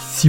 Si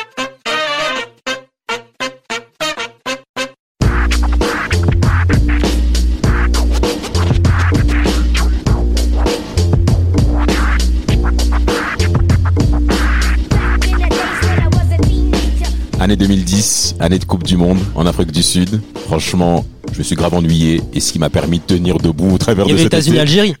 Année 2010, année de Coupe du Monde en Afrique du Sud. Franchement, je me suis grave ennuyé et ce qui m'a permis de tenir debout au travers Il y de avait cette États-Unis, Algérie.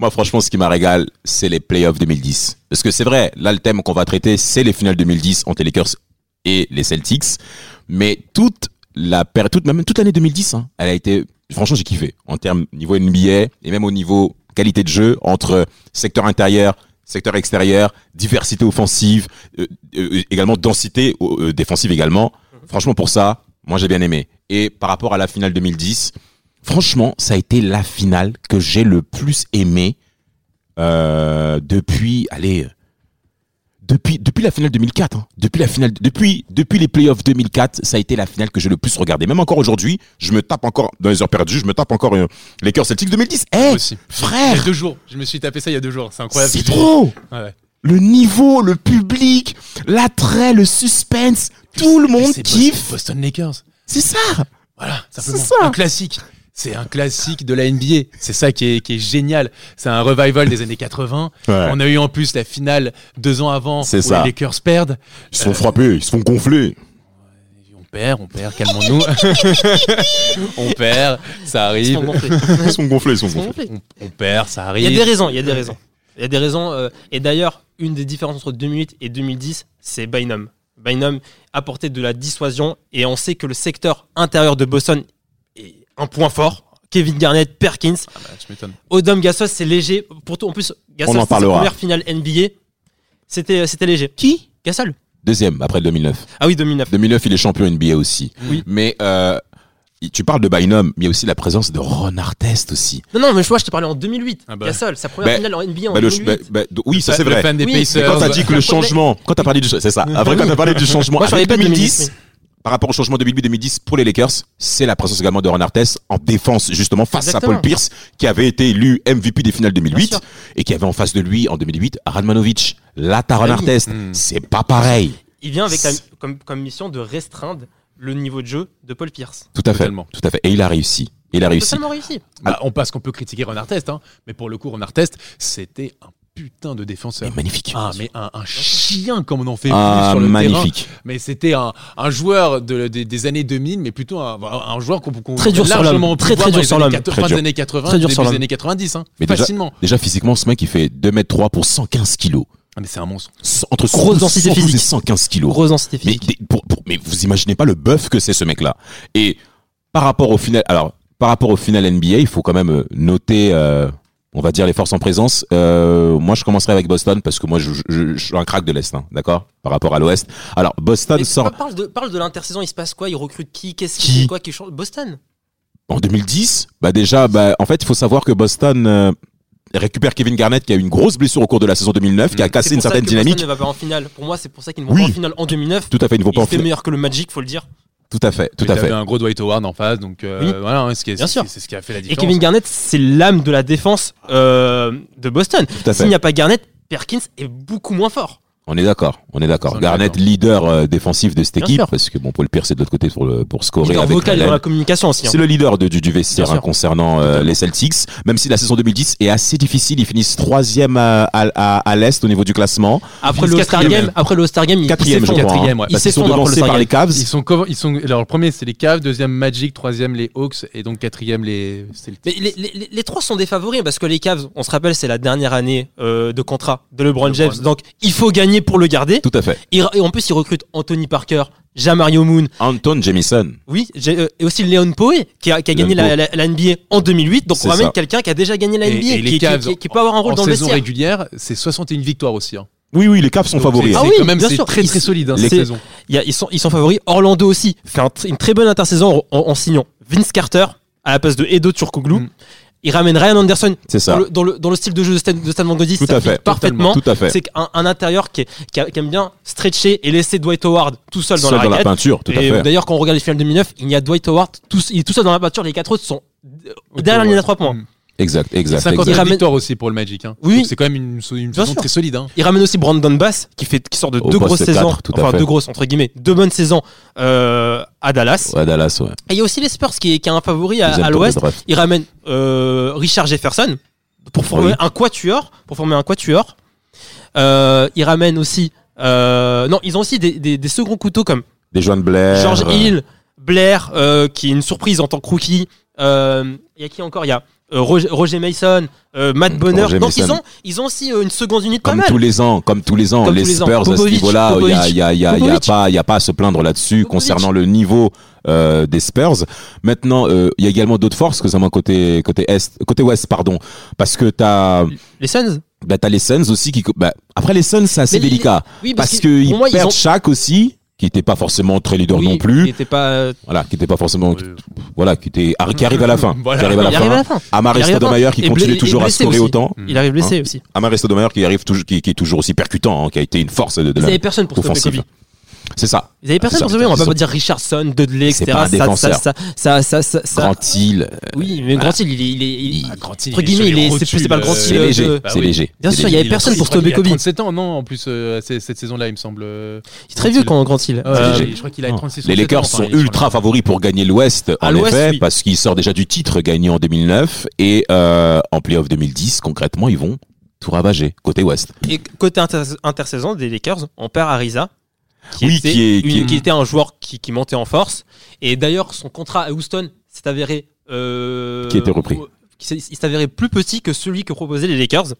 Moi, franchement, ce qui m'a régalé, c'est les playoffs 2010. Parce que c'est vrai, là, le thème qu'on va traiter, c'est les finales 2010 entre les Lakers et les Celtics. Mais toute la période, toute, même toute l'année 2010, hein, elle a été, franchement, j'ai kiffé. En termes niveau NBA et même au niveau qualité de jeu entre secteur intérieur, secteur extérieur, diversité offensive, euh, euh, également densité euh, euh, défensive également. Franchement, pour ça, moi, j'ai bien aimé. Et par rapport à la finale 2010, Franchement, ça a été la finale que j'ai le plus aimée euh, depuis, allez, euh, depuis, depuis la finale 2004. hein. depuis la finale, depuis, depuis les playoffs 2004, ça a été la finale que j'ai le plus regardée. Même encore aujourd'hui, je me tape encore dans les heures perdues, je me tape encore euh, les cœurs Celtics 2010. Eh, Moi aussi. Il y a frère, deux jours. Je me suis tapé ça il y a deux jours. C'est incroyable. c'est trop. Ouais, ouais. Le niveau, le public, l'attrait, le suspense, tout le monde C'est Boston- kiffe. Boston Lakers. C'est ça. Voilà, C'est simplement. ça. Un classique. C'est un classique de la NBA. C'est ça qui est, qui est génial. C'est un revival des années 80. Ouais. On a eu en plus la finale deux ans avant C'est où ça. les Lakers perdent. Ils se font frapper, ils se font gonfler. On perd, on perd, calmons-nous. on perd, ça Ils se arrive. font gonfler. Ils sont gonflés, ils sont Ils se font gonflés. gonfler. On, on perd, ça Il y arrive. a des raisons, il y a des raisons. Il y a des raisons. euh, et d'ailleurs, une des différences entre 2008 et 2010, c'est Bynum. Bynum apportait de la dissuasion et on sait que le secteur intérieur de Boston est un point fort. Kevin Garnett, Perkins, Ah bah, tu m'étonnes. Odom Gasol, c'est léger. Pour tout, en plus, Gasol, On en c'est sa parlera. première finale NBA. C'était, euh, c'était léger. Qui Gasol. Deuxième, après le 2009. Ah oui, 2009. 2009, il est champion NBA aussi. Oui. Mais euh, tu parles de Bynum, mais il y a aussi la présence de Ron Artest aussi. Non, non, mais je vois, je te parlais en 2008. Ah bah. Gasol, sa première Bah, finale en NBA en Bah, le- 2008. bah, bah, d- oui, ça c'est Le vrai. fan des Oui. Mais Pacers. quand t'as dit que le Mais- changement, quand t'as parlé du, c'est ça. Après, quand t'as parlé du changement, Moi, je avec parlais pas de 2010, 2010, par rapport au changement 2008-2010 pour les Lakers, c'est la présence également de Ron Artest en défense justement face Exactement. à Paul Pierce qui avait été élu MVP des finales 2008 Bien sûr. et qui avait en face de lui en 2008 Radmanovic. Là, t'as Ron Ah oui. Artest, Mm. c'est pas pareil. Il vient avec la- C'est- comme, comme mission de restreindre le niveau de jeu de Paul Pierce. Tout à fait, Totalement. tout à fait. Et il a réussi. Il a réussi. Totalement réussi. Bah, on passe qu'on peut critiquer Ron Artest, hein, mais pour le coup, Ron Artest, c'était un putain de défenseur. Et magnifique. Ah, mais un, un chien comme on en fait plus Ah, sur le terrain. magnifique. Mais c'était un, un joueur de- des- des années 2000, mais plutôt un, un joueur qu'on qu'on Très dur sur largement l'homme. pu Très, voir très dans dur les sur années l'homme. 80, Très dur. années 80, Très dur début sur des l'homme. années 90, hein, Mais déjà- facilement. Déjà physiquement, ce mec il fait 2 m 3 pour 115 kilos. Ah, mais c'est un monstre. So- Entre Grosse densité 112 et physique. 115 kilos. Grosse densité mais, physique. des- pour- pour- mais vous imaginez pas le bœuf que c'est ce mec-là. Et par rapport au final, alors par rapport au final NBA, il faut quand même euh, noter, euh, on va dire les forces en présence. Euh, moi, je commencerai avec Boston parce que moi, je, je- je- je suis un crack de l'est, hein, d'accord, par rapport à l'ouest. Alors Boston Mais sort parle, de, parle de l'intersaison, il se passe quoi Il recrute qui Qu'est-ce Qui qui fait quoi qui change Boston en 2010. Bah déjà, bah, en fait, il faut savoir que Boston euh, récupère Kevin Garnett qui a eu une grosse blessure au cours de la saison 2009, qui a Mm. cassé pour une ça certaine que dynamique. Boston ne va pas en finale. Pour moi, c'est pour ça qu'ils ne vont Oui. pas en finale en 2009. Tout à fait, il ne faut pas Il en fait finir. meilleur que le Magic, faut le dire. Tout à fait, tout Mais à t'avais fait. un gros Dwight Howard en face, donc euh, Oui. voilà, hein, ce qui est- Bien c'est sûr. c'est ce qui a fait la Et différence. Kevin Garnett, c'est l'âme de la défense euh, de Boston. à fait. S'il n'y a pas Garnett, Perkins est beaucoup moins fort. On est d'accord, on est On d'accord. est Garnett, d'accord. leader euh, défensif de cette Bien équipe, sûr. parce que bon, Paul Pierce est de l'autre côté pour, le, pour scorer Leader avec vocal Allen. dans la communication aussi. hein. C'est le leader de- du, du vestiaire Bien hein, sûr. concernant euh, les Celtics, même si la saison 2010 est assez difficile. Ils finissent troisième à, à, à- à l'Est au niveau du classement. Après le Vince All-Star quatrième. Game, après le All-Star Game, il- il Quatrième, je s'effondre. hein. crois. hein. Quatrième, ouais. Parce qu'ils Il sont s'effondre après devancés le par les Cavs. Ils sont, cover- ils sont, alors, le premier, c'est les Cavs, deuxième, Magic, troisième, les Hawks, et donc quatrième, les Celtics. Mais les, les- les- les trois sont des favoris parce que les Cavs, on se rappelle, c'est la dernière année euh, de contrat de LeBron LeBron. James. Donc il faut gagner pour le garder. Tout à fait. Et, et en plus, ils recrutent Anthony Parker, Jamario Moon, Anton Jamison. oui, j'ai- euh, et aussi Leon Poe qui a, qui a Leon gagné la, Poe. la- la NBA en 2008. Donc C'est on ramène ça. quelqu'un qui a déjà gagné la Et- NBA, et les qui, qui- Cavs, qui- qui peut avoir un rôle en dans le saison vestiaire. régulière, c'est 61 victoires aussi. hein. Oui, oui, les Cavs sont Donc, favoris. c'est- Ah c'est oui, quand même, bien c'est sûr. très très Ils- solide hein, les- cette saison. Il y a- ils, sont, ils sont favoris. Orlando aussi fait un tr- une très bonne intersaison en, en signant Vince Carter à la place de Edo Turkoglu. Mm. Il ramène Ryan Anderson C'est ça. dans le, dans le- dans le style de jeu de Stan, de Stan Van Gundy, Tout ça à fait. fit parfaitement. Tout à fait. C'est un, un intérieur qui, est- qui a- qui aime bien stretcher et laisser Dwight Howard tout seul dans Seul la dans la raquette. peinture, tout à Et fait. d'ailleurs, quand on regarde les finales 2009, il y a Dwight Howard, tout, il est tout seul dans la peinture, les quatre autres sont derrière la ligne à trois points. Exact, exact. 50 exact. ramène- victoires aussi pour le Magic. hein. Oui. Donc C'est quand même une, so- une Bien saison sûr. très solide. hein. Il ramène aussi Brandon Bass, qui, fait, qui sort de Au deux poste grosses quatre, saisons, tout à enfin fait. deux grosses entre guillemets, deux bonnes saisons euh, à Dallas. Ouais, Dallas, ouais. Et il y a aussi les Spurs qui, est- qui a un favori à, Deuxième à tour de l'ouest. draft. Il ramène euh, Richard Jefferson pour former Oui. un quatuor. Pour former un quatuor. Euh, il ramène aussi. euh, non, ils ont aussi des, des- des seconds couteaux comme Des Joan Blair. George euh, Hill, Blair, euh, qui est une surprise en tant que rookie. Euh, Il y a qui encore Il y a euh, Roger, Roger Mason, euh, Matt Bonner. Roger Donc ils Mason. ont, ils ont aussi euh, une seconde unité pas Comme mal. tous les ans, comme tous les ans, Comme les tous les ans. Spurs à ce Popovic, niveau-là, il n'y a, il y a- il y a- il y a Popovic. pas, il y a pas à se plaindre là-dessus Popovic. concernant le niveau euh, des Spurs. Maintenant, euh, il y a également d'autres forces que ça m'a côté côté est, côté ouest, pardon, parce que t'as Les Suns bah, t'as les Suns aussi qui, bah, après les Suns, c'est assez Mais les- délicat Oui, parce, que, pour qu'ils moi, perdent chaque aussi, qui n'était pas forcément très leader Oui, non il plus, était pas, euh, voilà, qui n'était pas forcément, Euh, voilà, qui était, ah, qui arrive à la fin, Voilà. qui arrive à la il arrive à fin. la fin. Amare Il arrive à la fin. Stoudemire qui Et blé- continue et toujours à blessé scorer aussi. autant. Il arrive hein, blessé aussi. Amare Stoudemire qui arrive toujours, qui, qui est toujours aussi percutant, hein, qui a été une force de, de Ils la avaient personne pour stopper offensive. Kobe. C'est ça. Ils avaient personne C'est pour ça, sauver, on va c'est pas ça. dire Richardson, Dudley, C'est etc. pas un Ça, ça, défenseur. ça, ça, ça, ça, ça- Grand île. Oui, mais Grand Hill, il est, il est, il- Il- Grand-il, il entre est guillemets, sur il les est- c'est rotules, c'est pas le Grand euh, C'est Hill, euh, léger. de- bah c'est oui. léger. Bien c'est sûr, il y léger. avait personne pour Il stopper a Kobe. 37 ans, non, en plus, euh, c'est- cette saison-là, il me semble. euh, Il est très vieux quand Grand Hill. euh, léger. je crois qu'il a 36 Les Lakers hein, sont ultra favoris pour gagner l'Ouest, À en l'Ouest, effet, oui. parce qu'ils sortent déjà du titre gagné en 2009 et euh, en playoff 2010, concrètement, ils vont tout ravager côté Ouest. Et côté inter- intersaison des Lakers, on perd Ariza. Qui, Oui, était, qui est- qui une- est- qui était un joueur qui, qui montait en force. Et d'ailleurs, son contrat à Houston s'est avéré. euh, Qui a été repris. qui s'est- il s'est avéré plus petit que celui que proposaient les Lakers.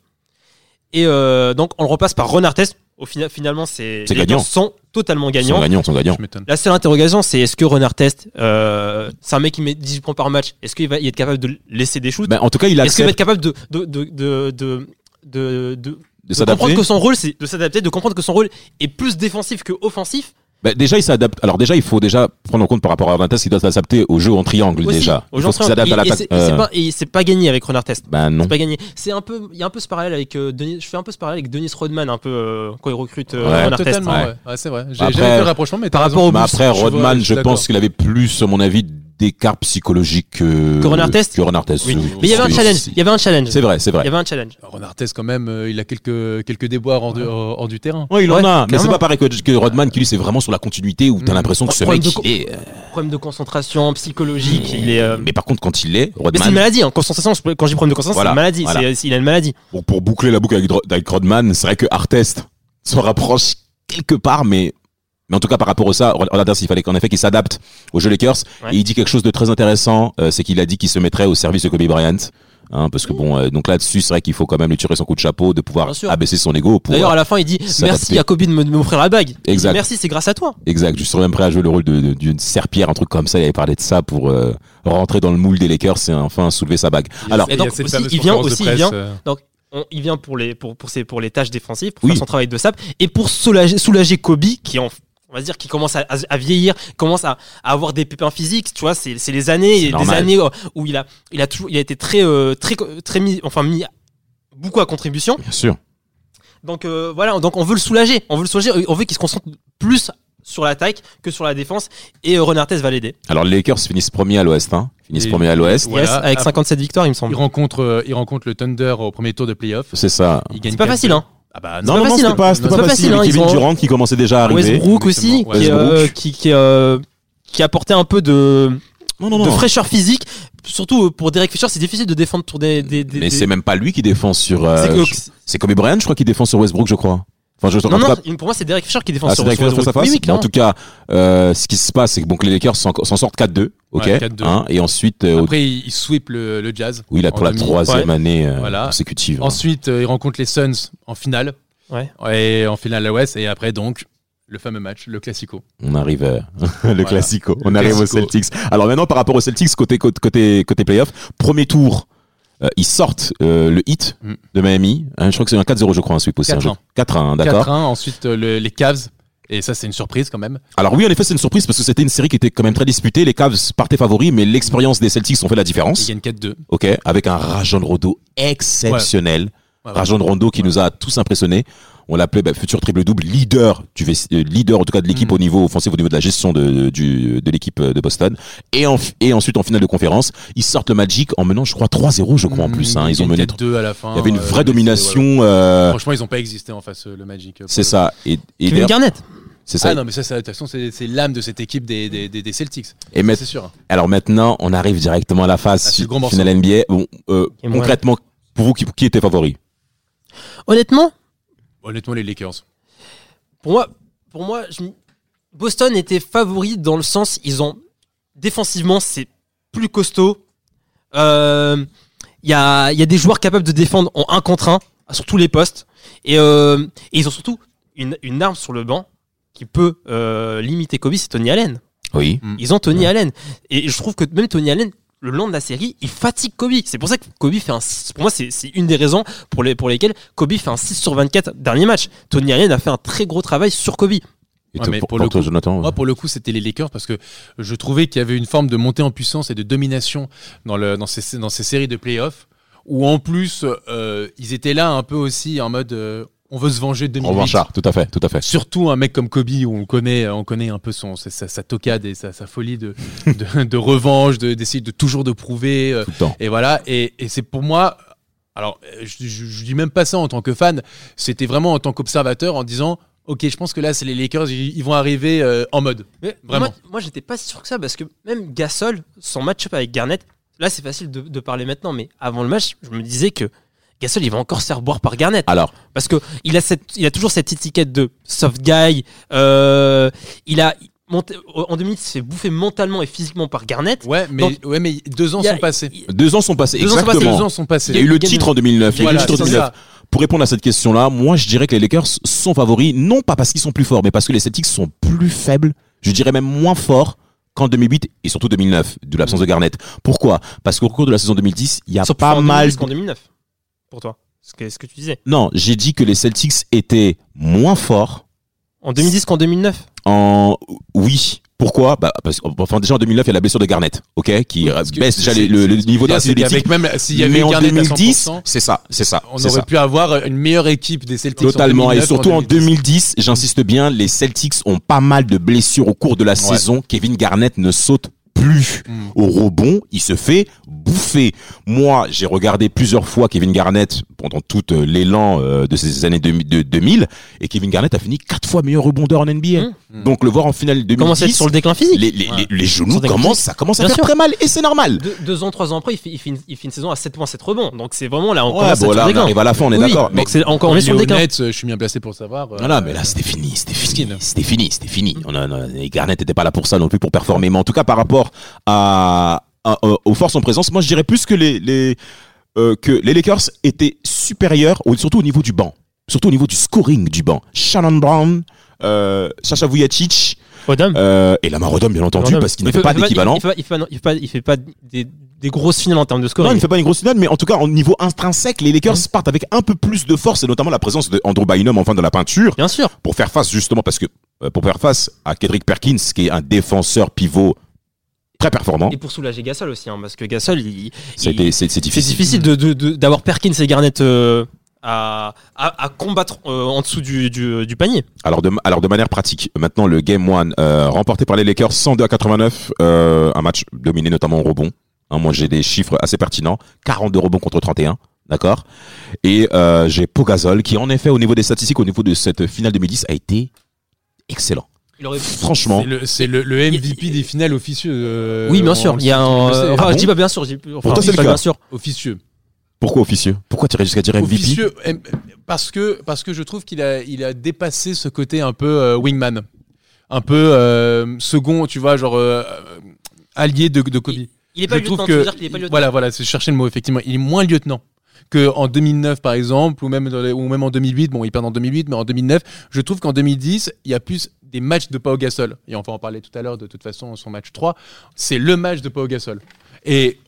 Et euh, donc, on le repasse par Ron Artest. Au final, finalement, c'est C'est les gagnant. Lakers sont totalement Ils sont gagnants. gagnants, ils sont gagnants. Je m'étonne. La seule interrogation, c'est est-ce que Ron Artest, euh, c'est un mec qui met 18 points par match, est-ce qu'il va y être capable de laisser des shoots Ben, en tout cas, il Est-ce qu'il va être accepte capable de, de, de, de, de, de- de- de de comprendre s'adapter. que son rôle, c'est de s'adapter, de comprendre que son rôle est plus défensif que offensif Ben, déjà, il s'adapte. Alors déjà, il faut déjà prendre en compte par rapport à Arvintas qu'il doit s'adapter au jeu en triangle aussi. déjà. Aux Il gens faut qu'il s'adapte et- à la et patte- c'est- et c'est euh, pas- Et c'est pas gagné avec Ron Artest. Ben non. C'est pas gagné. C'est un peu, il y a un peu ce parallèle avec euh, Denis. Je fais un peu ce parallèle avec Denis Rodman un peu euh, quand il recrute euh, Ouais. Ron Artest. Totalement, ouais. ouais. Ouais, c'est vrai. J'ai Après- jamais fait le rapprochement, mais Par t'as raison. rapport au Mais Boost, après, je vois, Rodman, je je, suis d'accord. pense qu'il avait plus, à mon avis, d'écart psychologique que, Que Ron Artest que Ron Artest, Oui. oui. Mais il y avait un Oui. challenge. Il y avait un challenge. C'est vrai, c'est Il y vrai. avait un challenge. Ron Artest, quand même, euh, il a quelques, quelques déboires hors, de- hors- hors du terrain. Oui, il en Ouais, a, mais c'est clairement. pas pareil que, que Rodman qui lui c'est vraiment sur la continuité où t'as Mm. l'impression que ce Problème mec de il est. euh, Problème de concentration psychologique. Il est. euh, Mais par contre quand il est, Mais c'est Rodman, une maladie, hein. concentration, je peux- quand j'ai problème de concentration, Voilà, c'est une maladie, voilà. c'est- c'est- il a une maladie. pour, pour boucler la boucle avec, Dro- avec Rodman, c'est vrai que Artest s'en rapproche quelque part, mais mais en tout cas par rapport à ça, Rod- Rodman il fallait qu'en effet qu'il s'adapte au jeu Lakers. Ouais. Et il dit quelque chose de très intéressant, euh, c'est qu'il a dit qu'il se mettrait au service de Kobe Bryant. Hein, parce que bon, euh, donc là-dessus, c'est vrai qu'il faut quand même lui tirer son coup de chapeau, de pouvoir Bien sûr. abaisser son ego. Pour, D'ailleurs, à la fin, il dit s'adapter. merci à Kobe de me- de m'offrir la bague. Il Exact. dit, Merci, c'est grâce à toi. euh, Exact, je serais même prêt à jouer le rôle de- de- d'une serpillère, un truc comme ça. Il avait parlé de ça pour euh, rentrer dans le moule des Lakers et enfin soulever sa bague. Alors, Et donc, aussi, il vient aussi, il vient- On- il vient pour les, pour, pour, ses, pour les tâches défensives, pour Oui. faire son travail de sap, et pour soulager, soulager Kobe, qui en, on va dire, qui commence à, à- à vieillir, commence à, à avoir des pépins physiques, tu vois, c'est c'est les années, C'est et les normal. années euh, où il a, il a toujours, il a été très, euh, très, très mis, enfin mis beaucoup à contribution. bien sûr, Donc euh, voilà, donc on veut le soulager, on veut le soulager, on veut qu'il se concentre plus sur l'attaque que sur la défense, et euh, Ron Artest va l'aider. alors les Lakers finissent premiers à l'Ouest, hein. finissent Et- premiers à l'Ouest. Voilà, Yes, avec après- 57 victoires, il me Il semble. rencontre, euh, il rencontre le Thunder au premier tour de playoff. C'est ça. Il gagne C'est pas quatre- facile, hein. Ah bah Non, non, pas non, facile, c'était hein. pas, c'était C'est pas pas facile. facile, hein, Kevin ils ont- Durant qui commençait déjà à arriver. Westbrook aussi, Exactement, qui, euh, Westbrook. qui, qui, euh, qui apportait un peu de, Non, non, de non. fraîcheur physique. Surtout euh, pour Derek Fisher, c'est difficile de défendre sur des. des, des- Mais des- c'est même pas lui qui défend sur. euh, c'est que- je- c'est Kobe Bryant, je crois, qui défend sur Westbrook, je crois. Enfin, je en non, tout non, cas, pour moi, c'est Derek Fisher qui défend ah, sur c'est d'accord, sur- face à face. Oui, oui, Mais en clairement. tout cas, euh, ce qui se passe, c'est que bon, que les Lakers s'en s'en sortent 4-2, ok, Ouais, 4-2. hein, et ensuite, euh, Après, il, il sweep le, le Jazz. oui, là en pour la demi. troisième Ouais. année euh, Voilà. consécutive. Ensuite, euh, il rencontre les Suns en finale. Ouais. Et en finale à l'Ouest. Et après, donc, le fameux match, le Classico. On arrive euh, le Voilà. classico. On Le arrive classico. aux Celtics. Alors maintenant par rapport aux Celtics côté côté côté, côté playoff, premier tour, euh, ils sortent euh, le hit Mm. de Miami. Hein, je crois que c'est un 4-0 je crois un sweep aussi. un jeu. 4-1. 4-1, hein, d'accord. 4-1. Ensuite, euh, le- les Cavs. Et ça, c'est une surprise quand même. Alors oui, en effet, c'est une surprise parce que c'était une série qui était quand même très disputée. Les Cavs partaient favoris, mais l'expérience des Celtics ont fait la Il différence. y a une 4-2. Ouais, Ok, avec un Rajon Rondo exceptionnel. ouais. Rajon Rondo qui nous a tous impressionnés. On l'appelait bah, futur triple double, leader du vest- euh, leader en tout cas de l'équipe Mm. au niveau offensif, au niveau de la gestion de, du- de l'équipe euh, de Boston. Et, en- et ensuite en finale de conférence, ils sortent le Magic en menant, je crois, 3-0, je crois en plus. hein. Il y Ils a ont une mené. 4-2 à la fin. Il y avait une euh, vraie mais domination. c'est- ouais, ouais. euh, Franchement, ils n'ont pas existé en face, euh, le Magic. euh, pour c'est le- ça. Et, et Kevin d'ailleurs, Garnett. c'est ça. Ah non, mais ça, ça, de toute façon, c'est c'est l'âme de cette équipe des, des, des, des Celtics. Et mais- C'est sûr. alors maintenant, on arrive directement à la Ah, phase c'est le grand morceau. finale NBA. Bon, euh, Et moi. concrètement, pour vous, qui, qui était favori Honnêtement, Honnêtement, les Lakers. Pour moi, pour moi je m- Boston était favori dans le sens ils ont défensivement c'est plus costaud. Euh, Il y, a, il y a des joueurs capables de défendre en un contre un sur tous les postes et, euh, et ils ont surtout une, une arme sur le banc qui peut euh, limiter Kobe, c'est Tony Allen. Oui. Ils ont Tony Ouais. Allen. Et je trouve que même Tony Allen, le long de la série, il fatigue Kobe. C'est pour ça que Kobe fait un 6. Pour moi, c'est c'est une des raisons pour, les, pour lesquelles Kobe fait un 6 sur 24 dernier match. Tony Allen a fait un très gros travail sur Kobe. Et Ouais, toi, mais pour, pour pour le toi, coup- Jonathan euh, Moi, pour le coup, c'était les Lakers parce que je trouvais qu'il y avait une forme de montée en puissance et de domination dans, le, dans, ces, dans ces séries de playoffs où, en plus, euh, ils étaient là un peu aussi en mode euh, on veut se venger de En 2008. revanche, ah, tout à fait, tout à fait. Surtout un mec comme Kobe où on connaît, on connaît un peu son, sa, sa- sa tocade et sa, sa folie de, de, de revanche, de- d'essayer de, toujours de prouver. euh, Tout le temps. et voilà, et, et c'est pour moi. Alors, euh, je, je, je dis même pas ça en tant que fan, c'était vraiment en tant qu'observateur en disant Ok, je pense que là, c'est les Lakers, ils, ils vont arriver euh, en mode. Vraiment. Moi, moi, j'étais pas si sûr que ça parce que même Gasol, son match-up avec Garnett, là, c'est facile de, de parler maintenant, mais avant le match, je me disais que Gasol, il va encore se faire boire par Garnett. Alors, Parce que il a, cette, il a toujours cette étiquette de soft guy. euh, il a monté, en 2008, il s'est bouffé mentalement et physiquement par Garnett. Ouais, mais, Donc, ouais, mais deux ans il y a- sont passés. deux ans sont passés. Deux ans sont passés, Deux exactement. ans sont passés. Il y a eu le Gagne- titre en 2009. Il y a eu le Voilà, titre en c'est 2009. ça. Pour répondre à cette question-là, moi je dirais que les Lakers sont favoris, non pas parce qu'ils sont plus forts, mais parce que les Celtics sont plus faibles, je dirais même moins forts qu'en 2008 et surtout 2009, de l'absence de Garnett. Pourquoi Parce qu'au cours de la saison 2010, il y a Sauf Ah, pas en mal... 2010 qu'en 2009, pour toi. Ce que, ce que tu disais. Non, j'ai dit que les Celtics étaient moins forts En 2010 qu'en 2009. en... Oui. Pourquoi bah, parce, que- Enfin déjà en 2009, il y a la blessure de Garnett, ok, qui Parce que baisse déjà c'est- le, le- le c'est- niveau de la c'est-à-dire, c'est d'équipe. qu'avec même s'il y avait Mais en Garnett à 2010, 100%, c'est ça, c'est ça. on c'est ça. aurait pu avoir une meilleure équipe des Celtics. en Totalement. 2009 et surtout en 2010. 2010, j'insiste bien, les Celtics ont pas mal de blessures au cours de la saison. Kevin Garnett ne saute plus. Mm. Au rebond, il se fait bouffer. Moi, j'ai regardé plusieurs fois Kevin Garnett pendant tout euh, l'élan euh, de ces années 2000 de- 2000. Et Kevin Garnett a fini quatre fois meilleur rebondeur en NBA. Mm. Donc le voir en finale 2010, Comment c'est sur le déclin physique les, les- Ouais. les- les genoux Sur des commencent, ça commence à Bien faire sûr. très mal. Et c'est normal. Deux, deux ans, trois ans après, il fait, il fait une, il fait une saison à 7 points, 7 rebonds. Donc c'est vraiment là, on Ouais, commence à bon, être sur là, le on déclin. arrive à la fin, on est Oui, d'accord. Mais donc euh, c'est encore on est Il est sur le déclin. honnête, euh, je suis bien placé pour le savoir. euh, Voilà, Mm. mais là c'était fini, c'était fini, Skin. c'était fini, c'était fini. On a, on a- et Garnett n'était pas là pour ça non plus pour performer, mais en tout cas par rapport à, à- euh, aux forces en présence, moi je dirais plus que les, les euh, que les Lakers étaient supérieurs, au- surtout au niveau du banc, surtout au niveau du scoring du banc. Shannon Brown, euh, Sacha Vujacic Odom. euh, et Lamar Odom bien entendu Odom. parce qu'il Il n'avait fait- pas il fait d'équivalent. Il fait- il fait pas- il fait pas- il fait pas des des grosses finales en termes de Non, il scoring. ne fait pas une grosse finale, mais en tout cas, au niveau intrinsèque, les Lakers partent avec un peu plus de force, et notamment la présence de Andrew Bynum en fin de la peinture. Bien sûr. pour faire face justement parce que euh, pour faire face à Kendrick Perkins qui est un défenseur pivot très performant Et pour soulager Gasol aussi, hein, parce que Gasol, il, c'est il- des- c'est c'est c'est difficile difficile de- de- de- d'avoir Perkins et Garnett euh, à, à, à combattre euh, en dessous du, du, du panier. alors de, alors de manière pratique maintenant le game one euh, remporté par les Lakers 102 à 89 euh, un match dominé notamment au rebond Hein, moi j'ai des chiffres assez pertinents 42 rebonds contre 31 d'accord et euh, j'ai Pogazol qui en effet au niveau des statistiques au niveau de cette finale 2010 a été excellent Il aurait... franchement C'est le- C'est le, le MVP il- des finales officieux. euh, oui, bien on- sûr. Il y a on un, le sait, enfin, Ah je bon dis pas bien sûr. je dis- enfin, Pour toi, c'est le pas cas. Bien sûr. officieux. pourquoi officieux pourquoi tu irais jusqu'à dire MVP Officieux, eh, parce que parce que je trouve qu'il a il a dépassé ce côté un peu euh, wingman, un peu euh, second, tu vois, genre euh, allié de, de Kobe. Il est pas je trouve lieutenant, que tu veux dire qu'il est pas lieutenant. voilà voilà, c'est chercher le mot effectivement. Il est moins lieutenant que en 2009 par exemple, ou même dans les- ou même en 2008. Bon, il perd en 2008, mais en 2009, je trouve qu'en 2010, il y a plus des matchs de Pau Gasol. Et on va en parler tout à l'heure. De toute façon, son match 3, c'est le match de Pau Gasol. Et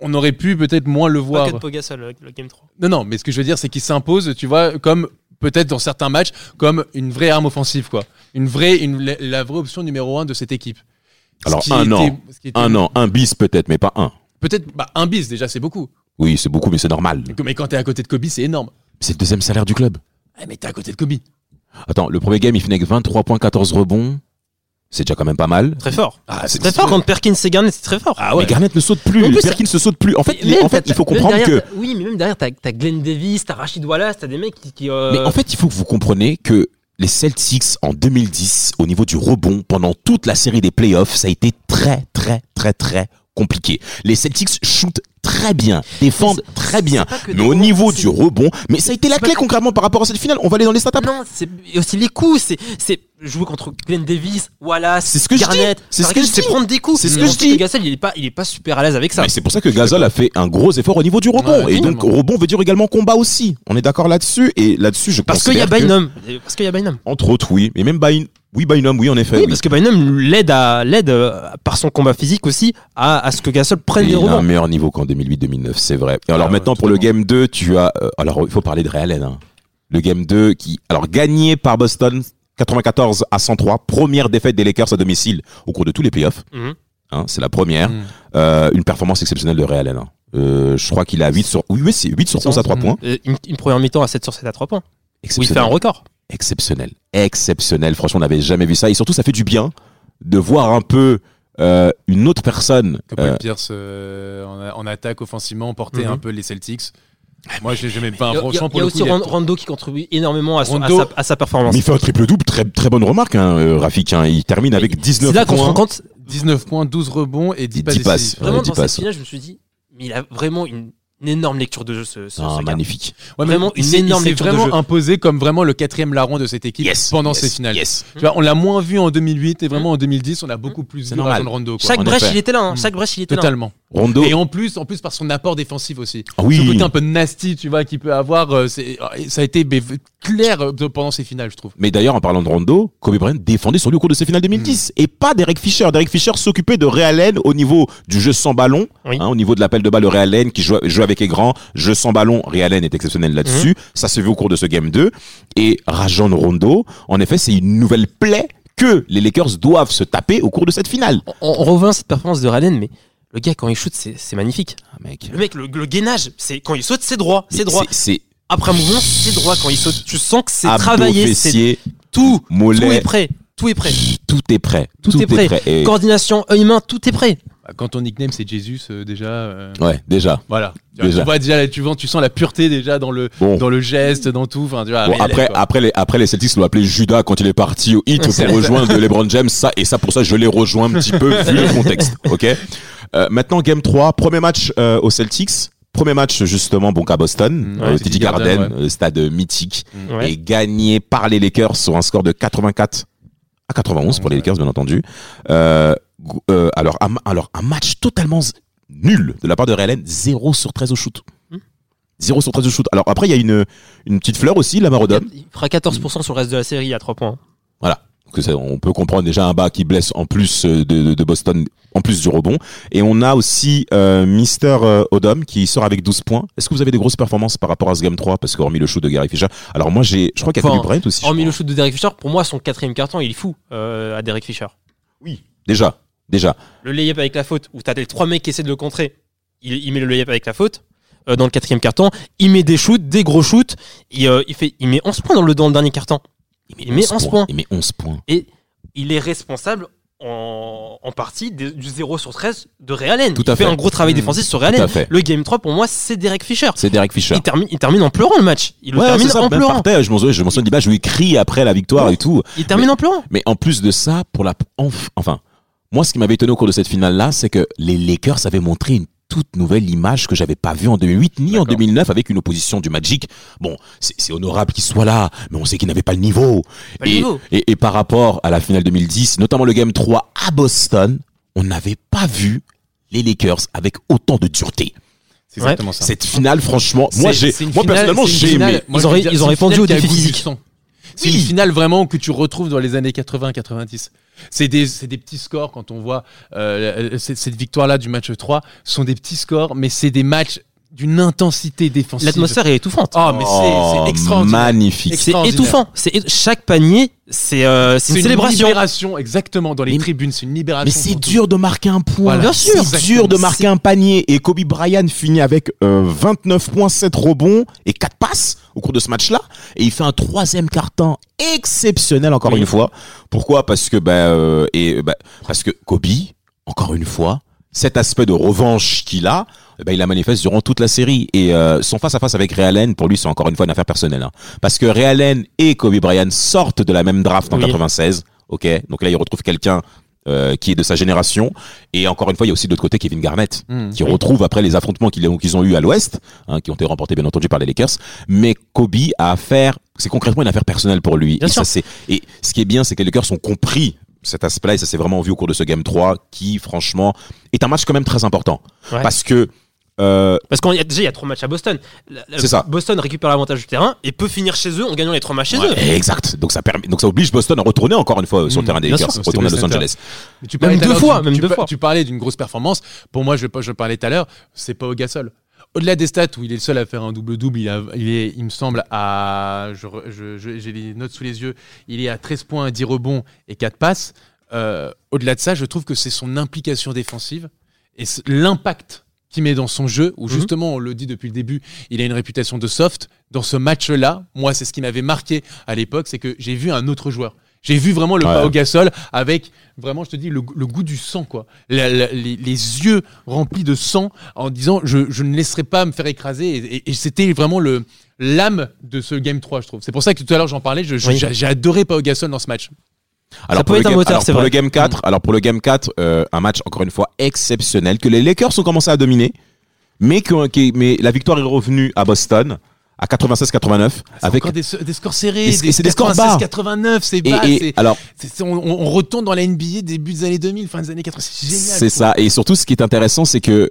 on aurait pu peut-être moins le Pas voir. que de Pogasol, le, le Game 3. Non, non, mais ce que je veux dire, c'est qu'il s'impose, tu vois, comme peut-être dans certains matchs comme une vraie arme offensive, quoi. Une vraie, une, la- la vraie option numéro un de cette équipe. Ce Alors, qui un était- an. ce qui était- Un an, un bis peut-être, mais pas un. Peut-être bah, un bis déjà, c'est beaucoup. Oui, c'est beaucoup, mais c'est normal. Mais que- Mais quand t'es à côté de Kobe, c'est énorme. C'est le deuxième salaire du club. Ah, mais t'es à côté de Kobe. Attends, le premier game, il finit avec 23 points, 14 rebonds. C'est déjà quand même pas mal. Très fort. Ah, C'est très fort. Quand Perkins s'est gagné, c'est très fort. Mais Garnett ne saute plus. En plus, Perkins ne saute plus. Ah En fait, Mais il- même en fait, t'as- il faut même comprendre que. derrière, euh, t'as- Oui, mais même derrière, t'as t'as Glenn Davis, t'as Rachid Wallace, t'as des mecs qui. qui, euh, Mais en fait, il faut que vous compreniez que les Celtics en 2010, au niveau du rebond, pendant toute la série des playoffs, ça a été très, très, très, très compliqué. Les Celtics shootent très bien, défendent très bien. c'est pas que Mais des au rebonds, niveau c'est- du rebond, mais ça a été la c'est clé pas- concrètement par rapport à cette finale. On va aller dans les stats après. Non, c'est et aussi les coups. C'est, c'est jouer contre Glenn Davis, Wallace, C'est ce que je Garnett. dis. C'est ce Par que exemple, je dis. prendre des coups. C'est ce Mais que on je sait dis. Gasol, il est pas, il est pas super à l'aise avec ça. Mais c'est pour ça que Gasol a fait un gros effort au niveau du rebond. Ouais, et donc, totalement. rebond veut dire également combat aussi. On est d'accord là-dessus. Et là-dessus, je Parce qu'il y a considère que- Bynum. Parce qu'il y a Bynum. Entre autres, oui. Et même Bynum. Oui, Bynum, oui, en effet. Oui, oui. parce que Bynum l'aide à l'aide euh, par son combat physique aussi à, à ce que Gasol prenne Et des il a un rebonds. meilleur niveau qu'en 2008-2009, c'est vrai. Et alors Ah ouais, maintenant, pour le Game 2, tu as... euh, alors, il faut parler de Real Allen, hein. Le Game 2 qui... Alors, gagné par Boston, 94 à 103. Première défaite des Lakers à domicile au cours de tous les playoffs. Mhm. Hein, c'est la première. Mm. Euh, une performance exceptionnelle de Real Allen. hein. Euh, je crois qu'il a 8 sur... Oui, oui, c'est 8 sur 11 à 3 Mm. points. Euh, Une, une première mi-temps à 7 sur 7 à 3 points. Où il fait Exceptionnel. un record. exceptionnel. Exceptionnel. Franchement, on n'avait jamais vu ça. Et surtout, ça fait du bien de voir un peu euh, une autre personne... Que euh, Paul Pierce euh, en, a- en attaque offensivement portait Mhm. un peu les Celtics. Moi, j'ai jamais pas Il y a, il y a- franchement il y pour a le coup. aussi il Ah, y a- Ron- Rondo qui contribue énormément à, son- à Rondo. sa, à sa performance. Mais il fait un triple-double, très, très bonne remarque, hein, euh, Rafik. hein. Il termine avec 19 C'est là qu'on se points. rend compte 19 points, 12 rebonds et 10 10 passes. passes. décisives. Ouais, vraiment dis dans pas cette ça. finale, je me suis dit, mais il a vraiment une, une énorme lecture de jeu ce, ce, Ah, ce gars. magnifique. Ouais, mais Vraiment il une s'est- énorme Il s'est lecture de vraiment jeu. imposé comme vraiment le quatrième larron de cette équipe Yes. pendant yes, ces finales. Yes. Tu vois, on l'a moins vu en 2008 et vraiment en 2010, on a beaucoup plus C'est vu normal. Rajon Rondo. quoi. Chaque en brèche, effet. il était là. hein. Mm. Chaque brèche, il était là. Totalement. Rondo. Et en plus, en plus par son apport défensif aussi. Ah oui. Ce côté un peu nasty, tu vois, qu'il peut avoir, euh, c'est- ça a été mais, clair euh, pendant ces finales, je trouve. Mais d'ailleurs, en parlant de Rondo, Kobe Bryant défendait sur lui au cours de ses finales 2010. Et pas Derek Fisher. Derek Fisher s'occupait de Ray Allen au niveau du jeu sans ballon, Oui. hein, au niveau de l'appel de balle de Ray Allen, qui jouait, jouait avec les grands. Jeu sans ballon, Ray Allen est exceptionnel là-dessus. Ça se vu au cours de ce Game 2. Et Rajon Rondo, en effet, c'est une nouvelle plaie que les Lakers doivent se taper au cours de cette finale. On, on revient à cette performance de Ralen, mais le gars, quand il shoot, c'est c'est magnifique. Ah, mec. Le mec, le, le gainage, c'est quand il saute, c'est droit. C'est Mais droit. C'est Après un mouvement, c'est droit quand il saute. Tu sens que c'est abdos, travaillé. C'est fessiers, tout. Tout mollets, est prêt. Tout est prêt. Tout est prêt. Tout est prêt. Et- Coordination, œil-main, tout est prêt. Bah, Quand ton nickname c'est Jésus, euh, déjà. euh, Ouais, déjà. Voilà. Déjà. Tu vois déjà, là, tu, vois, tu sens la pureté déjà dans le, Bon. dans le geste, dans tout. Enfin, tu vois, Bon, Ray Allen, après, quoi. après, les, après, les Celtics l'ont appelé Judas quand il est parti au Heat C'est pour rejoindre LeBron James. Ça, et ça, pour ça, je les rejoins un petit peu vu le contexte. OK? Euh, maintenant, Game 3, premier match euh, aux Celtics. Premier match, justement, donc à Boston, Mm, euh, ouais, Mm, TD TD Garden, Garden, euh, stade mythique, Ouais. et gagné par les Lakers sur un score de 84 à 91 pour les Ouais. Lakers, bien entendu. Euh, go- euh, alors, un, ma- alors, un match totalement z- nul de la part de Ray Allen, 0 sur 13 au shoot. Hmm. 0 sur 13 au shoot. Alors après, il y a une, une petite fleur aussi, la Marodom. Il fera 14% sur le reste de la série à 3 points. que ça- on peut comprendre déjà un bas qui blesse en plus euh, de, de- de Boston, en plus du rebond. Et on a aussi euh, Mister euh, Odom qui sort avec 12 points. Est-ce que vous avez des grosses performances par rapport à ce Game 3 Parce qu'hormis le shoot de Gary Fisher. Alors moi, j'ai, je crois qu'il y a Enfin, Kobe Bryant aussi. je Hormis crois. le shoot de Derek Fisher, pour moi, son quatrième carton, il est fou euh, à Derek Fisher. Déjà, déjà. le layup avec la faute, où t'as les trois mecs qui essaient de le contrer, il, il met le layup avec la faute. Euh, dans le quatrième carton, il met des shoots, des gros shoots. Et, euh, il, fait, il met 11 points dans le, dans le dernier carton. Il met 11 points. Il met 11 points. Il est responsable en, en partie des- du 0 sur 13 de Ray Allen. Tout il à fait. un gros travail Mmh. défensif sur Ray Tout à Allen. fait. Le game 3, pour moi, c'est Derek Fisher. C'est Derek Fisher. Il termine, il termine en pleurant le match. Il le Ouais, termine c'est ça, en même pleurant. par terre, je m'en souviens, je m'en souviens de l'image où il crie après la victoire et tout. Il termine en pleurant. Mais en plus de ça, pour la, enf- enfin, moi, ce qui m'avait étonné au cours de cette finale-là, c'est que les Lakers avaient montré une toute nouvelle image que j'avais pas vue en 2008 ni en D'accord. 2009 avec une opposition du Magic. Bon, c'est c'est honorable qu'ils soient là, mais on sait qu'ils n'avaient pas le niveau. Pas le et, niveau. Et, et par rapport à la finale 2010, notamment le Game 3 à Boston, on n'avait pas vu les Lakers avec autant de dureté. C'est Ouais. exactement ça. Cette finale, franchement, C'est- moi, j'ai, c'est une moi finale- personnellement, c'est une j'ai finale- aimé. moi, Ils je veux auraient- dire, ils c'est ont une répondu finale au qui a défi goût du physique. sang. C'est Oui. une finale vraiment que tu retrouves dans les années 80-90. C'est des, c'est des petits scores euh, quand on voit euh, cette, cette victoire-là du match 3. Ce sont des petits scores, mais c'est des matchs d'une intensité défensive. L'atmosphère est étouffante. Oh, mais c'est- c'est extraordinaire. Magnifique. c'est extraordinaire. étouffant. C'est chaque panier, c'est euh, c'est une, célébration. libération, exactement, dans les Mais- tribunes, c'est une libération. Mais c'est pour tout. dur de marquer un point. Voilà, Bien c'est sûr. C'est exactement. dur de marquer un panier. Et Kobe Bryant finit avec euh, 29 points, 7 rebonds et 4 passes au cours de ce match-là. Et il fait un troisième carton exceptionnel encore Oui. une fois. Pourquoi Parce que bah, euh, et, bah, parce que Kobe, encore une fois, cet aspect de revanche qu'il a, eh ben, il la manifeste durant toute la série. Et euh, son face-à-face avec Ray Allen, pour lui, c'est encore une fois une affaire personnelle. hein. Parce que Ray Allen et Kobe Bryant sortent de la même draft en Oui. 96. Ok, donc là, il retrouve quelqu'un euh, qui est de sa génération. Et encore une fois, il y a aussi de l'autre côté Kevin Garnett, Mm. qui retrouve après les affrontements qu'ils ont, qu'ils ont eu à l'Ouest, hein, qui ont été remportés bien entendu par les Lakers. Mais Kobe a affaire, c'est concrètement une affaire personnelle pour lui. Bien et, ça, sûr. c'est- et ce qui est bien, c'est que les Lakers ont compris cet aspect-là, et ça s'est vraiment vu au cours de ce Game 3, qui franchement est un match quand même très important. Ouais. Parce que... euh, Parce qu'il y a déjà il y a trois matchs à Boston. La- la- C'est ça. Boston récupère l'avantage du terrain et peut finir chez eux en gagnant les trois matchs chez eux. ouais, exact. Donc ça, permet, donc ça oblige Boston à retourner encore une fois sur le terrain des bien Lakers, sûr. retourner à Los C'est le Angeles. Mais tu Même parlais tout à deux l'heure fois, d'une- même tu deux pa- fois. Tu parlais d'une grosse performance. Pour moi, je, je parlais tout à l'heure, c'est pas au Gasol. Au-delà des stats où il est le seul à faire un double-double, il, a- il est, il me semble, à. je re- je- je- J'ai les notes sous les yeux. Il est à 13 points, 10 rebonds et 4 passes. Euh, Au-delà de ça, je trouve que c'est son implication défensive et c- l'impact qu'il met dans son jeu, Mhm. où justement, on le dit depuis le début, il a une réputation de soft. Dans ce match-là, moi, c'est ce qui m'avait marqué à l'époque, c'est que j'ai vu un autre joueur. J'ai vu vraiment le Ouais. Pau Gasol avec vraiment, je te dis, le, le goût du sang, quoi. La- la- les, les yeux remplis de sang en disant je, je ne laisserai pas me faire écraser. Et, et- et c'était vraiment le l'âme de ce Game 3, je trouve. C'est pour ça que tout à l'heure, j'en parlais, je- je- Oui. j'ai j'ai adoré Pau Gasol dans ce match. Alors pour Ça peut le être un game- moteur, alors c'est pour vrai. le game 4, alors pour le game 4, euh, un match encore une fois exceptionnel que les Lakers ont commencé à dominer, mais que, qui- mais la victoire est revenue à Boston à 96-89 avec Encore des, so- des scores serrés, Et c'est- c'est des scores bas. 89, c'est et, bas. et- c'est- alors c'est- c'est- on, on retourne dans la NBA début des années 2000, fin des années 80. C'est génial. je c'est trouve. ça et surtout ce qui est intéressant c'est que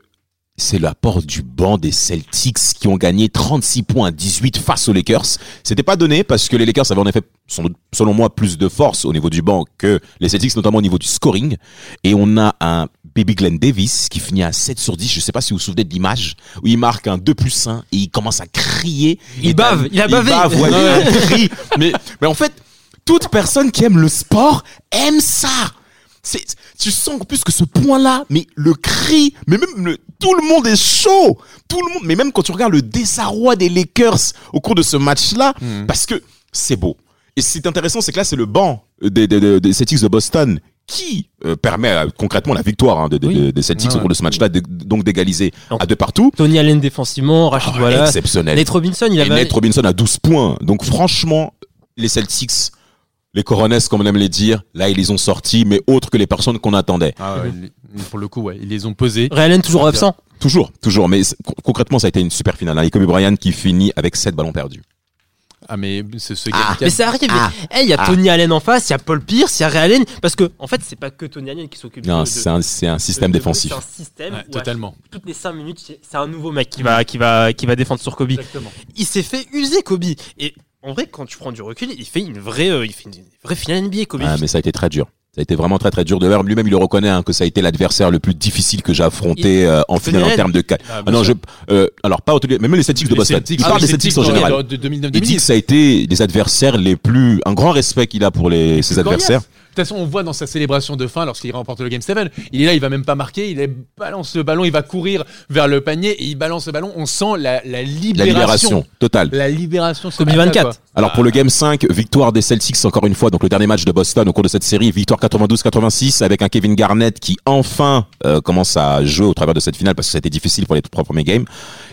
c'est l'apport du banc des Celtics qui ont gagné 36 points à 18 face aux Lakers. C'était pas donné parce que les Lakers avaient en effet, sans doute, selon moi, plus de force au niveau du banc que les Celtics, notamment au niveau du scoring. Et on a un Baby Glenn Davis qui finit à 7 sur 10. Je sais pas si vous vous souvenez de l'image où il marque un 2 plus 1 et il commence à crier. Il Et bave, t'as- il a bavé. bave, ouais, Ouais. il crie. Mais, mais en fait, toute personne qui aime le sport aime ça. C'est, tu sens en plus que ce point-là, mais le cri, mais même le, tout le monde est chaud. Tout le monde, mais même quand tu regardes le désarroi des Lakers au cours de ce match-là, Hmm. parce que c'est beau. Et ce qui est intéressant, c'est que là, c'est le banc des, des, des- des Celtics de Boston qui euh, permet euh, concrètement la victoire hein, des- des- Oui. des- des Celtics Ouais, au cours de ce match-là, de- donc d'égaliser Non. à deux partout. Tony Allen défensivement, Rachid Oh, Wallace, Exceptionnel. Nate Robinson, il Et avait Nate Robinson à 12 points. Donc franchement, les Celtics, les Coronets, comme on aime les dire, là, ils les ont sortis, mais autres que les personnes qu'on attendait. Ah ouais, ils- pour le coup, ouais, ils les ont posés. Ray Allen toujours Ah, absent. Toujours, toujours. Mais c'est- con- concrètement, ça a été une super finale. Hein. Et Kobe Bryant qui finit avec 7 ballons perdus. Ah, mais c'est ce Ah. game Mais ça arrive. Ah. Eh, Il y a Tony Allen en face, il y a Paul Pierce, il y a Ray Allen. Parce que, en fait, c'est pas que Tony Allen qui s'occupe Non, de- de- C'est un, c'est un système de- de- défensif. C'est un système Ouais, où à totalement. toutes les 5 minutes, c'est- c'est un nouveau mec qui va, qui va, qui va défendre sur Kobe. Exactement. Il s'est fait user, Kobe. Et en vrai, quand tu prends du recul, il fait une vraie, euh, il fait une vraie finale NBA, Kobe. Ah, mais ça a été très dur. Ça a été vraiment très très dur. D'ailleurs, lui-même, il le reconnaît hein, que ça a été l'adversaire le plus difficile que j'ai affronté euh, en Tony finale en Allen. termes de. cal- Ah, Ah bien non, je, sûr. euh, alors pas au mais même les Celtics de Les Boston. Celtics, il ah parle oui, des Celtics en dans les- général. dans- De 2009 Il dit que ça a été des adversaires les plus. Un grand respect qu'il a pour les, ses adversaires. De toute façon, on voit dans sa célébration de fin, lorsqu'il remporte le Game 7, il est là, il va même pas marquer, il est- balance le ballon, il va courir vers le panier et il balance le ballon. On sent la, la libération. Euh, La libération totale. La libération. ce Kobe matin, 24. quoi. Alors pour le Game 5, victoire des Celtics encore une fois, donc le dernier match de Boston au cours de cette série, victoire 92-86 avec un Kevin Garnett qui enfin euh, commence à jouer au travers de cette finale parce que ça a été difficile pour les trois premiers games.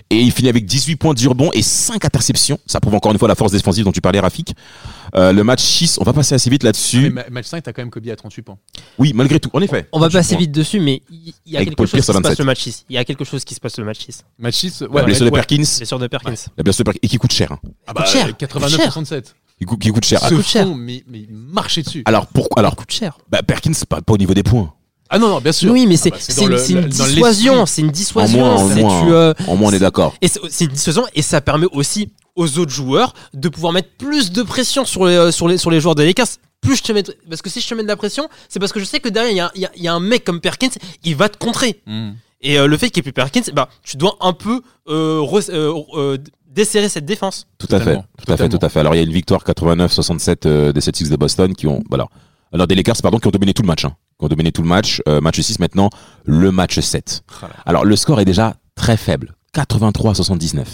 Et il finit avec 18 points d'Urbon et 5 interceptions. Ça prouve encore une fois la force défensive dont tu parlais Rafik. Euh, le match 6, on va passer assez vite Ah, Mais là-dessus. ma- match 5, t'as quand même Kobe à 38 points. Oui, malgré tout, en effet. On va 38 passer points. vite dessus, mais il il y a Avec quelque Paul chose qui Pierce à se passe 27. le match 6. Il y a quelque chose qui se passe le match 6. Match 6, La ouais, blessure de ouais. Perkins, Blessure de Perkins. la blessure de Perkins, et qui coûte cher, hein. Ah coûte cher. 89,67. qui, coûte, qui coûte cher. Ça Se coûte cher. font, mais, mais marcher dessus. Alors pourquoi Alors coûte cher. bah, Perkins pas, pas au niveau des points. Ah non, non, bien sûr. Oui, mais c'est bah, c'est c'est dans une, le- c'est une le- dans dissuasion. l'esprit. C'est une En dissuasion. moins, en c'est- moins, tu, euh, en moins, on est d'accord. et c'est c'est une dissuasion et ça permet aussi aux autres joueurs de pouvoir mettre plus de pression sur les, euh, sur les, sur les joueurs des Lakers. Plus je te mets, parce que si je te mets de la pression, c'est parce que je sais que derrière il y a- il y, a- il y a un mec comme Perkins, il va te contrer. Mm. Et euh, le fait qu'il n'y ait plus Perkins, bah, tu dois un peu euh, re- euh, euh, desserrer cette défense. Tout à fait, tout Totalement, à fait, totalement. tout à fait. Alors il y a une victoire 89-67 euh, des Celtics de Boston qui ont, voilà, alors des Lakers pardon qui ont dominé tout le match, hein. qui ont dominé tout le match, euh, match 6 maintenant, le match 7. Ah Alors le score est déjà très faible, 83-79.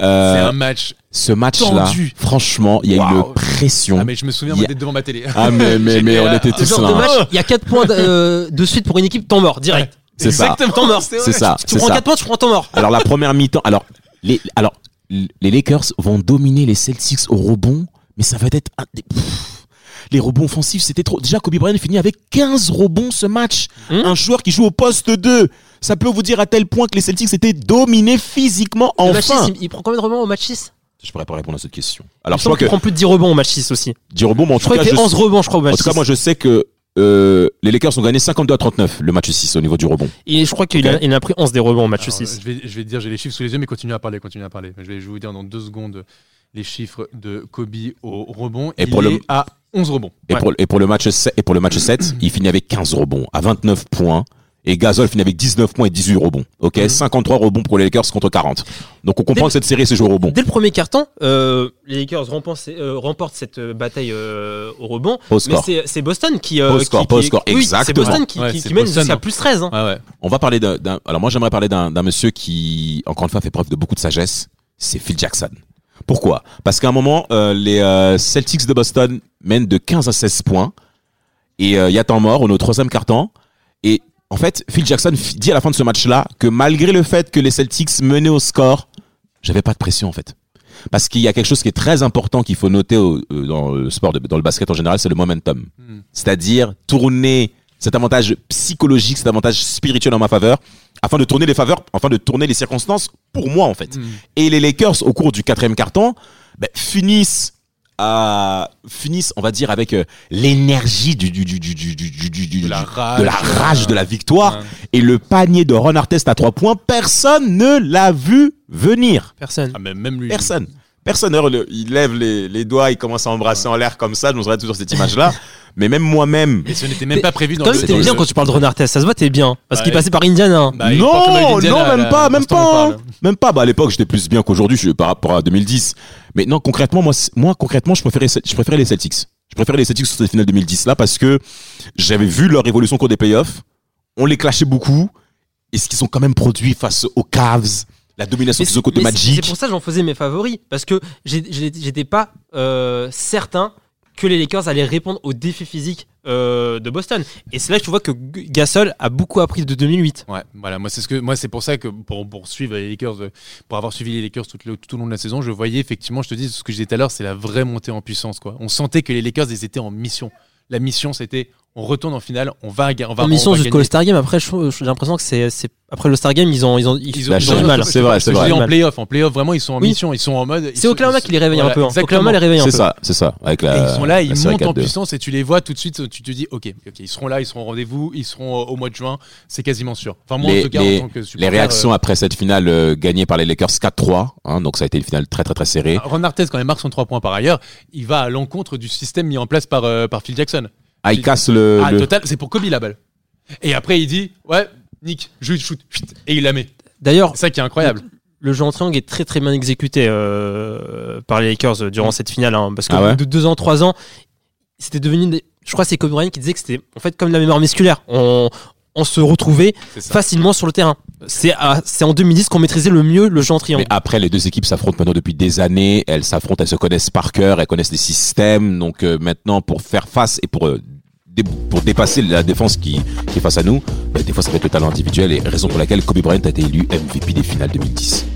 Euh, C'est un match. ce match-là, tendu. franchement, il y a Waouh. une pression. Ah, mais je me souviens, moi, Yeah. d'être devant ma télé. Ah, mais, mais, mais on Génial. était Ce Ce tous genre là. de hein. match, il y a 4 points d- euh, de suite pour une équipe, temps mort, direct. C'est ça. Exactement, temps mort. C'est ça. Tu C'est prends ça. 4 points, tu prends temps mort. Alors la première mi-temps, alors les, alors les Lakers vont dominer les Celtics au rebond, mais ça va être un des- pff, les rebonds offensifs, c'était trop. Déjà Kobe Bryant finit avec 15 rebonds ce match. Hmm. Un joueur qui joue au poste 2. Ça peut vous dire à tel point que les Celtics étaient dominés physiquement Le match enfin. 6, il, il prend combien de rebonds au match 6 Je pourrais pas répondre à cette question. Il me Alors je semble crois qu'il que prend plus de 10 rebonds au match 6 aussi. du rebond, mais en tout Je crois cas, qu'il je, fait 11 rebonds, je crois, au match en tout cas 6. moi je sais que euh, les Lakers ont gagné 52 à 39 le match 6 au niveau du rebond. Et je crois qu'il a, il en a pris 11 des rebonds au match Ah Alors, 6. Je vais, je vais dire, j'ai les chiffres sous les yeux, mais continuez à parler, continuez à parler. Je vais, je vais vous dire dans deux secondes les chiffres de Kobe au rebond. Et Il pour le- est à 11 rebonds. Et, Ouais. pour, et, pour le match, se- et pour le match 7, il finit avec 15 rebonds, à 29 points. Et Gasol finit avec 19 points et 18 rebonds. Ok, 53 rebonds pour les Lakers contre 40. Donc on comprend Dès- que cette série se joue au rebond. Dès le premier carton, euh, les Lakers remportent, euh, remportent cette euh, bataille euh, au rebond. Au Mais score. c'est- c'est Boston qui. euh, Au qui- score, qui- pas au score, oui, C'est exactement. Boston qui, Ouais, qui- c'est qui mène Boston, jusqu'à hein. plus 13. hein. Ah ouais. On va parler d'un. d'un- Alors moi j'aimerais parler d'un d'un monsieur qui, encore une fois, fait preuve de beaucoup de sagesse. C'est Phil Jackson. Pourquoi Parce qu'à un moment, euh, les euh, Celtics de Boston mènent de 15 à 16 points. Et euh, il y a temps mort, on est au troisième carton. Et en fait, Phil Jackson fi- dit à la fin de ce match-là que malgré le fait que les Celtics menaient au score, j'avais pas de pression en fait. Parce qu'il y a quelque chose qui est très important qu'il faut noter au- euh, dans le sport, de- dans le basket en général, c'est le momentum. Mmh. C'est-à-dire tourner cet avantage psychologique, cet avantage spirituel en ma faveur, afin de tourner les faveurs, afin de tourner les circonstances pour moi en Mm. fait. Et les Lakers, au cours du quatrième carton, ben, finissent à finissent, on va dire, avec euh, l'énergie du, du, du, du, du, du, du, du- du- De la du- rage. de la rage, de la victoire. Ouais. Et le panier de Ron Artest à trois points, personne ne l'a vu venir. Personne. Ah, mais même lui. Personne. Personne. Alors, le- il lève les, les doigts, il commence à embrasser en l'air comme ça. Je me souviens toujours de cette image-là. Mais même moi-même. Mais ce n'était même Mais pas prévu dans Quand le même, t'es dans bien le- quand tu parles de Ron Artest, ça se voit, t'es bien. Parce Bah, qu'il il- passait par Indiana. hein. Bah, il parle comme non, Alvin Diallo, non, là, même là, pas, à même l'instant où on pas, hein. parle. même pas. Bah à l'époque j'étais plus bien qu'aujourd'hui, je par rapport à 2010. Mais non, concrètement, moi, c'est- moi concrètement, je préférais, je préférais les Celtics. Je préférais les Celtics sur cette finale 2010 là parce que j'avais vu leur évolution au cours des playoffs. On les clashait beaucoup et ce qu'ils ont quand même produit face aux Cavs, la domination Mais qu'ils ont c'est- contre mais c'est- Magic. C'est pour ça que j'en faisais mes favoris. Parce que j'ai- j'ai- j'étais pas euh, certain que les Lakers allaient répondre au défi physique euh, de Boston. Et c'est là que tu vois que G- Gasol a beaucoup appris de 2008. Ouais, voilà, moi c'est ce que moi c'est pour ça que pour, pour suivre les Lakers, euh, pour avoir suivi les Lakers tout le, tout au long de la saison, je voyais effectivement, je te dis ce que je disais tout à l'heure, c'est la vraie montée en puissance quoi. On sentait que les Lakers ils étaient en mission. La mission c'était on retourne en finale, on va ga- on va En on mission va jusqu'au gagner. Star Game, après je- j'ai l'impression que c'est c'est- après le Star Game, ils ont ils ont ils, ont- La ils ont chance. du mal. C'est vrai, c'est Je vrai. dis en Mal. playoff, en playoff vraiment ils sont en Oui. mission, ils sont en mode ils C'est sont- Oklahoma ils sont- qui les réveille voilà, un peu. hein. exactement. Oklahoma les réveille un C'est peu. ça, c'est ça. Avec la, Et ils sont là, la ils série montent en 4-2. puissance et tu les vois tout de suite, tu te dis ok, ok, ils seront là, ils seront au rendez-vous, ils seront euh, au mois de juin, c'est quasiment sûr. Enfin moi Les- en tout cas les- en tant que Les supporter, euh, réactions après cette finale euh, gagnée par les Lakers 4-3, hein, donc ça a été une finale très très très serrée. Ah, Ron Artest, quand il marque son 3 points par ailleurs, il va à l'encontre du système mis en place par, euh, par Phil Jackson. Ah, il casse le, ah, le- total, c'est pour Kobe la balle. Et après, il dit Ouais, Nick, je shoot. Chut, Et il la met. D'ailleurs, C'est ça qui est incroyable. le jeu en triangle est très très bien exécuté euh, par les Lakers euh, durant cette finale. hein, parce que Ah ouais de deux ans, trois ans, c'était devenu. des- Je crois que c'est Kobe Bryant qui disait que c'était en fait comme la mémoire musculaire. On, on se retrouvait C'est ça. facilement sur le terrain. C'est à- c'est en 2010 qu'on maîtrisait le mieux le jeu en Mais triangle. après, les deux équipes s'affrontent maintenant depuis des années. Elles s'affrontent, elles se connaissent par cœur, elles connaissent les systèmes. Donc euh, maintenant, pour faire face et pour, euh, dé- pour dépasser la défense qui, qui est face à nous, bah, des fois, ça va être le talent individuel et raison pour laquelle Kobe Bryant a été élu MVP des finales 2010.